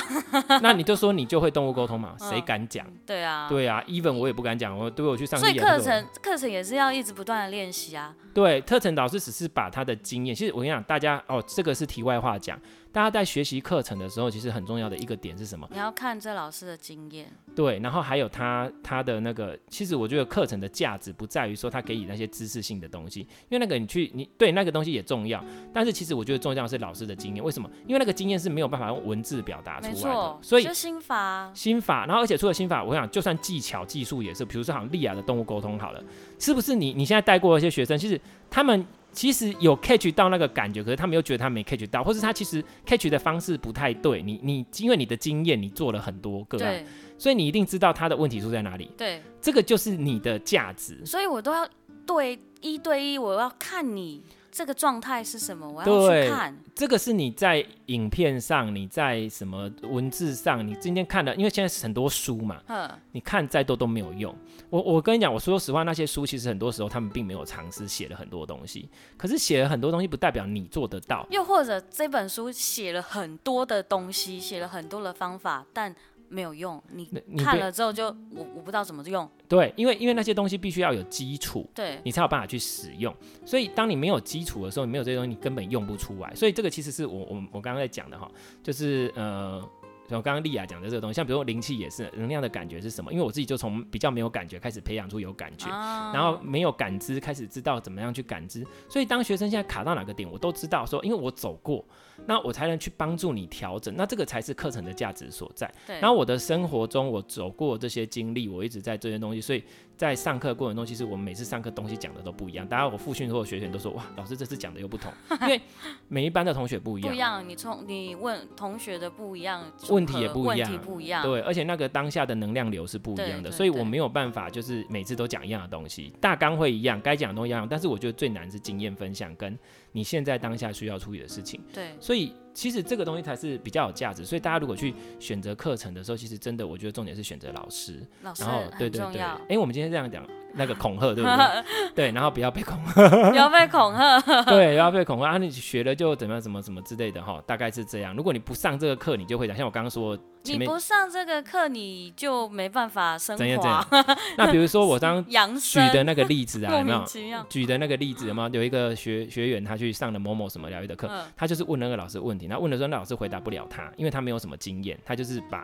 [SPEAKER 1] 那你就说你就会动物沟通嘛，谁
[SPEAKER 2] 嗯
[SPEAKER 1] 敢讲？
[SPEAKER 2] 对啊，
[SPEAKER 1] 对啊，even 我也不敢讲，我对我去上
[SPEAKER 2] 所
[SPEAKER 1] 帝
[SPEAKER 2] 以
[SPEAKER 1] 也
[SPEAKER 2] 课
[SPEAKER 1] 不是我
[SPEAKER 2] 程课程也是要一直不断的练习啊。
[SPEAKER 1] 对特程老师只是把他的经验，其实我跟你讲，大家哦，这个是题外话讲，大家在学习课程的时候，其实很重要的一个点是什么？
[SPEAKER 2] 你要看这老师的经验，
[SPEAKER 1] 对，然后还有他他的那个，其实我觉得课程的价值不在于说他给予那些知识性的东西，因为那个你去你对那个东西也重要，但是其实我觉得重要的是老师的经验，为什么？因为那个经验是没有办法用文字表达出
[SPEAKER 2] 没
[SPEAKER 1] 来的
[SPEAKER 2] 错，，
[SPEAKER 1] 所以
[SPEAKER 2] 就心法啊，
[SPEAKER 1] 心法，然后而且除了心法，我想就算技巧、技术也是，比如说好像利亚的动物沟通好了，是不是你你现在带过一些学生，其实他们其实有 catch 到那个感觉，可是他们又觉得他没 catch 到，或是他其实 catch 的方式不太对，你你因为你的经验，你做了很多个案，
[SPEAKER 2] 对
[SPEAKER 1] 所以你一定知道他的问题出在哪里，
[SPEAKER 2] 对，
[SPEAKER 1] 这个就是你的价值。
[SPEAKER 2] 所以我都要对一对一，我要看你这个状态是什么，我要去
[SPEAKER 1] 对
[SPEAKER 2] 看。
[SPEAKER 1] 这个是你在影片上，你在什么文字上，你今天看的，因为现在是很多书嘛，
[SPEAKER 2] 嗯，
[SPEAKER 1] 你看再多都没有用。我我跟你讲，我说实话，那些书其实很多时候他们并没有尝试写了很多东西，可是写了很多东西不代表你做得到。
[SPEAKER 2] 又或者这本书写了很多的东西，写了很多的方法，但没有用。你
[SPEAKER 1] 那你
[SPEAKER 2] 看
[SPEAKER 1] 被
[SPEAKER 2] 了之后就我我不知道怎么用。
[SPEAKER 1] 对，因为因为那些东西必须要有基础，
[SPEAKER 2] 对，
[SPEAKER 1] 你才有办法去使用。所以当你没有基础的时候，你没有这些东西，你根本用不出来。所以这个其实是我我我刚刚在讲的哈，就是呃。像刚刚丽雅讲的这个东西，像比如说灵气也是能量的感觉是什么？因为我自己就从比较没有感觉开始培养出有感觉，
[SPEAKER 2] 啊
[SPEAKER 1] 然后没有感知开始知道怎么样去感知。所以当学生现在卡到哪个点，我都知道说，因为我走过，那我才能去帮助你调整。那这个才是课程的价值所在。
[SPEAKER 2] 对，
[SPEAKER 1] 然后我的生活中，我走过这些经历，我一直在这些东西，所以在上课过程中，其实我们每次上课东西讲的都不一样。大家我复训或者学员都说，哇，老师这次讲的又不
[SPEAKER 2] (laughs)
[SPEAKER 1] 同，因为每一班的同学不一
[SPEAKER 2] 不
[SPEAKER 1] 样
[SPEAKER 2] 一，样，你从你问同学的不一样，组
[SPEAKER 1] 问题也
[SPEAKER 2] 合
[SPEAKER 1] 不一
[SPEAKER 2] 问
[SPEAKER 1] 样
[SPEAKER 2] 题不一样。
[SPEAKER 1] 对，而且那个当下的能量流是不一样
[SPEAKER 2] 对
[SPEAKER 1] 的，
[SPEAKER 2] 对
[SPEAKER 1] 所以我
[SPEAKER 2] 对
[SPEAKER 1] 没有办法就是每次都讲一样的东西，大纲会一样，该讲的东西一样，但是我觉得最难是经验分享跟你现在当下需要处理的事情。
[SPEAKER 2] 对
[SPEAKER 1] 所以其实这个东西才是比较有价值。所以大家如果去选择课程的时候，其实真的我觉得重点是选择老师。
[SPEAKER 2] 老师
[SPEAKER 1] 然后对
[SPEAKER 2] 很
[SPEAKER 1] 对
[SPEAKER 2] 重
[SPEAKER 1] 对，
[SPEAKER 2] 要
[SPEAKER 1] 哎、，我们今天这样
[SPEAKER 2] (laughs)
[SPEAKER 1] 讲那个恐吓，对不对？对，然后不要被恐吓，
[SPEAKER 2] (laughs) 不要被恐吓。
[SPEAKER 1] (laughs) 对，不要被恐吓啊！你学了就怎么样，怎么怎么之类的哈，大概是这样。如果你不上这个课，你就会讲，像我刚刚说前
[SPEAKER 2] 你
[SPEAKER 1] 面
[SPEAKER 2] 不上这个课，你就没办法升
[SPEAKER 1] 怎样怎
[SPEAKER 2] 华
[SPEAKER 1] 样。
[SPEAKER 2] (laughs)
[SPEAKER 1] 那比如说我刚
[SPEAKER 2] 养
[SPEAKER 1] 举
[SPEAKER 2] (laughs) 生，
[SPEAKER 1] 的那个例子啊，
[SPEAKER 2] 莫
[SPEAKER 1] 有没
[SPEAKER 2] 名
[SPEAKER 1] 有？
[SPEAKER 2] 其妙。
[SPEAKER 1] (laughs) 举的那个例子有没有？有一个学学员他去上了某某什么疗愈的课，
[SPEAKER 2] 嗯，
[SPEAKER 1] 他就是问那个老师问题，然后问的时候，那老师回答不了他，因为他没有什么经验，他就是把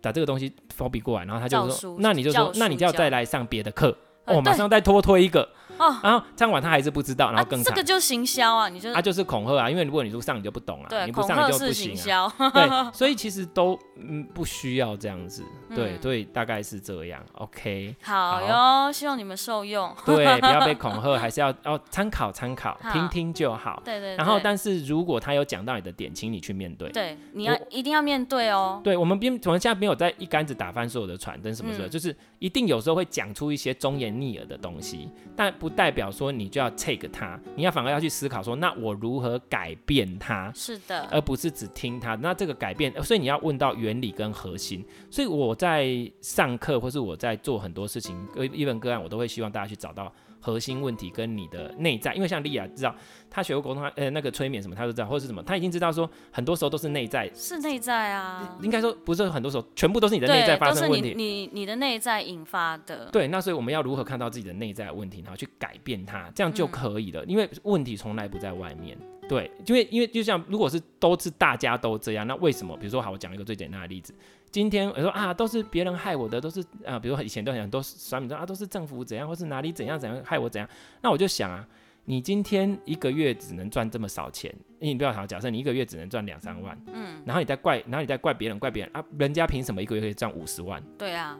[SPEAKER 1] 把这个东西抄笔过来，然后他就
[SPEAKER 2] 教
[SPEAKER 1] 说
[SPEAKER 2] 书，
[SPEAKER 1] 那你就
[SPEAKER 2] 教
[SPEAKER 1] 说，那你
[SPEAKER 2] 书
[SPEAKER 1] 就要
[SPEAKER 2] 教
[SPEAKER 1] 再来上别的课，
[SPEAKER 2] 呃
[SPEAKER 1] 哦，马
[SPEAKER 2] 对
[SPEAKER 1] 上再多推一个，
[SPEAKER 2] 哦
[SPEAKER 1] 然后唱完他还是不知道，然
[SPEAKER 2] 啊
[SPEAKER 1] 后更，
[SPEAKER 2] 这
[SPEAKER 1] 惨
[SPEAKER 2] 个，就行销啊，你就
[SPEAKER 1] 他就是恐吓啊，因为如果你不上你就不懂啊，
[SPEAKER 2] 对
[SPEAKER 1] 你不
[SPEAKER 2] 恐
[SPEAKER 1] 上
[SPEAKER 2] 吓
[SPEAKER 1] 你就不
[SPEAKER 2] 式
[SPEAKER 1] 行
[SPEAKER 2] 行
[SPEAKER 1] 啊，
[SPEAKER 2] 销。 (laughs)
[SPEAKER 1] 对，所以其实都嗯不需要这样子，对，
[SPEAKER 2] 嗯
[SPEAKER 1] 所以大概是这样，OK。
[SPEAKER 2] (laughs) 好哟，希望你们受用。
[SPEAKER 1] 对，不要被恐吓，还是要 (laughs) 要参考参考，听
[SPEAKER 2] 好
[SPEAKER 1] 听就好。
[SPEAKER 2] 对对，
[SPEAKER 1] 然后，
[SPEAKER 2] 对
[SPEAKER 1] 但是如果他有讲到你的点，请你去面对。
[SPEAKER 2] 对你要一定要面对哦。
[SPEAKER 1] 对，我们并我们现在没有在一竿子打翻所有的船，跟什么什么，
[SPEAKER 2] 嗯
[SPEAKER 1] 就是一定有时候会讲出一些忠言逆耳的东西，但不代表说你就要 take 它，你要反而要去思考说，那我如何改变它，
[SPEAKER 2] 是的，
[SPEAKER 1] 而不是只听它。那这个改变，呃所以你要问到原理跟核心。所以我在上课或是我在做很多事情，呃，一本个案，我都会希望大家去找到。核心问题跟你的内在，因为像莉亚知道，她学过沟通，她呃，那个催眠什么，她都知道，或是什么，她已经知道说，很多时候都是内在
[SPEAKER 2] 是内在啊，
[SPEAKER 1] 应该说不是很多时候，全部都是你的内在
[SPEAKER 2] 对，
[SPEAKER 1] 发
[SPEAKER 2] 都是
[SPEAKER 1] 生问
[SPEAKER 2] 你
[SPEAKER 1] 题。
[SPEAKER 2] 你你的内在引发的。
[SPEAKER 1] 对，那所以我们要如何看到自己的内在问题，然后去改变它，这
[SPEAKER 2] 嗯
[SPEAKER 1] 样就可以了。因为问题从来不在外面。对，因为因为就像如果是都是大家都这样，那为什么？比如说好，我讲一个最简单的例子，今天我说啊，都是别人害我的，都是啊、比如说以前都很都是酸民说啊，都是政府怎样，或是哪里怎样怎样害我怎样。那我就想啊，你今天一个月只能赚这么少钱，你不要想，假设你一个月只能赚两三万，
[SPEAKER 2] 嗯，
[SPEAKER 1] 然后你再怪，然后你再怪别人，怪别人啊，人家凭什么一个月可以赚五十万？
[SPEAKER 2] 对啊，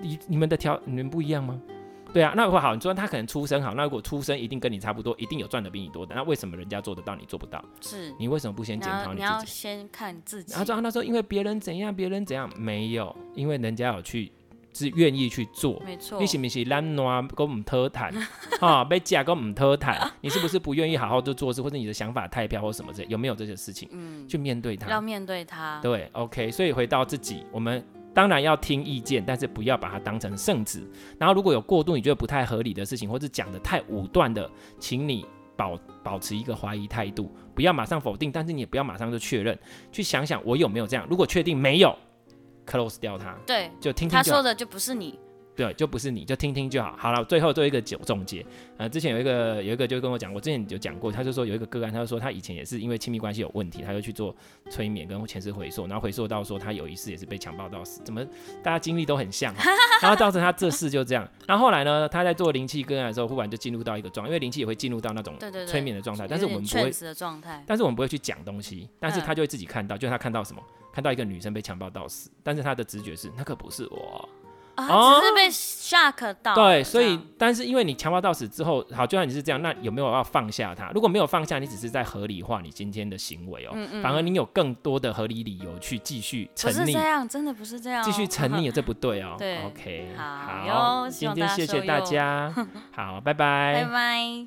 [SPEAKER 1] 你你们的条你们不一样吗？对啊，那如果好，你说他可能出生好，那如果出生一定跟你差不多，一定有赚的比你多的，那为什么人家做得到你做不到？
[SPEAKER 2] 是。
[SPEAKER 1] 你为什么不先检
[SPEAKER 2] 然
[SPEAKER 1] 讨
[SPEAKER 2] 后你
[SPEAKER 1] 你
[SPEAKER 2] 要
[SPEAKER 1] 自己？
[SPEAKER 2] 先看自己
[SPEAKER 1] 然后。说啊那时候因为别人怎样，别人怎样，没有，因为人家有去是愿意去做。
[SPEAKER 2] 没错
[SPEAKER 1] 你，是不是懒惰跟唔讨
[SPEAKER 2] (laughs)
[SPEAKER 1] 谈啊？被架跟唔讨谈，你是不是不愿意好好的做事，或者你的想法太飘或什么之类？有没有这些事情
[SPEAKER 2] 嗯，
[SPEAKER 1] 去面对它？
[SPEAKER 2] 要面对它。
[SPEAKER 1] 对，OK，所以回到自己，我们当然要听意见，但是不要把它当成圣旨。然后如果有过度你觉得不太合理的事情，或是讲的太武断的，请你保保持一个怀疑态度，不要马上否定，但是你也不要马上就确认，去想想我有没有这样。如果确定没有，close 掉它，
[SPEAKER 2] 对，
[SPEAKER 1] 就听听
[SPEAKER 2] 他
[SPEAKER 1] 就好
[SPEAKER 2] 说。的就不是你。
[SPEAKER 1] 对，就不是你，就听听就好。好了，最后做一个九总结。呃，之前有一个有一个就跟我讲，我之前有讲过，他就说有一个个案，他就说他以前也是因为亲密关系有问题，他就去做催眠跟前世回溯，然后回溯到说他有一次也是被强暴到死，怎么大家经历都很像哦、
[SPEAKER 2] (laughs)
[SPEAKER 1] 然后造成他这事就这样。然后后来呢，他在做灵气个案的时候，忽然就进入到一个状，因为灵气也会进入到那种
[SPEAKER 2] 对对对
[SPEAKER 1] 催眠的状态，但是
[SPEAKER 2] 有
[SPEAKER 1] 我
[SPEAKER 2] 点
[SPEAKER 1] 们不会
[SPEAKER 2] 劝死的状态。
[SPEAKER 1] 但是我们不会去讲东西，但是
[SPEAKER 2] 嗯
[SPEAKER 1] 他就会自己看到，就是他看到什么，看到一个女生被强暴到死，但是他的直觉是那个不是我。
[SPEAKER 2] 啊，
[SPEAKER 1] 哦
[SPEAKER 2] 他只是被 shock 到。
[SPEAKER 1] 对，所
[SPEAKER 2] 这
[SPEAKER 1] 以
[SPEAKER 2] 样
[SPEAKER 1] 但是因为你强暴到死之后，好，就算你是这样，那有没有要放下他？如果没有放下，你只是在合理化你今天的行为哦，
[SPEAKER 2] 嗯
[SPEAKER 1] 反而你有更多的合理理由去继续
[SPEAKER 2] 不
[SPEAKER 1] 沉
[SPEAKER 2] 是这
[SPEAKER 1] 溺。
[SPEAKER 2] 样，真的不是这样哦。
[SPEAKER 1] 继续沉溺，这不对哦。
[SPEAKER 2] (laughs) 对
[SPEAKER 1] o k
[SPEAKER 2] 好哟希
[SPEAKER 1] 今天
[SPEAKER 2] 望大家 (laughs)
[SPEAKER 1] 谢谢
[SPEAKER 2] 受
[SPEAKER 1] 大
[SPEAKER 2] 用
[SPEAKER 1] 家，好，拜
[SPEAKER 2] 拜拜。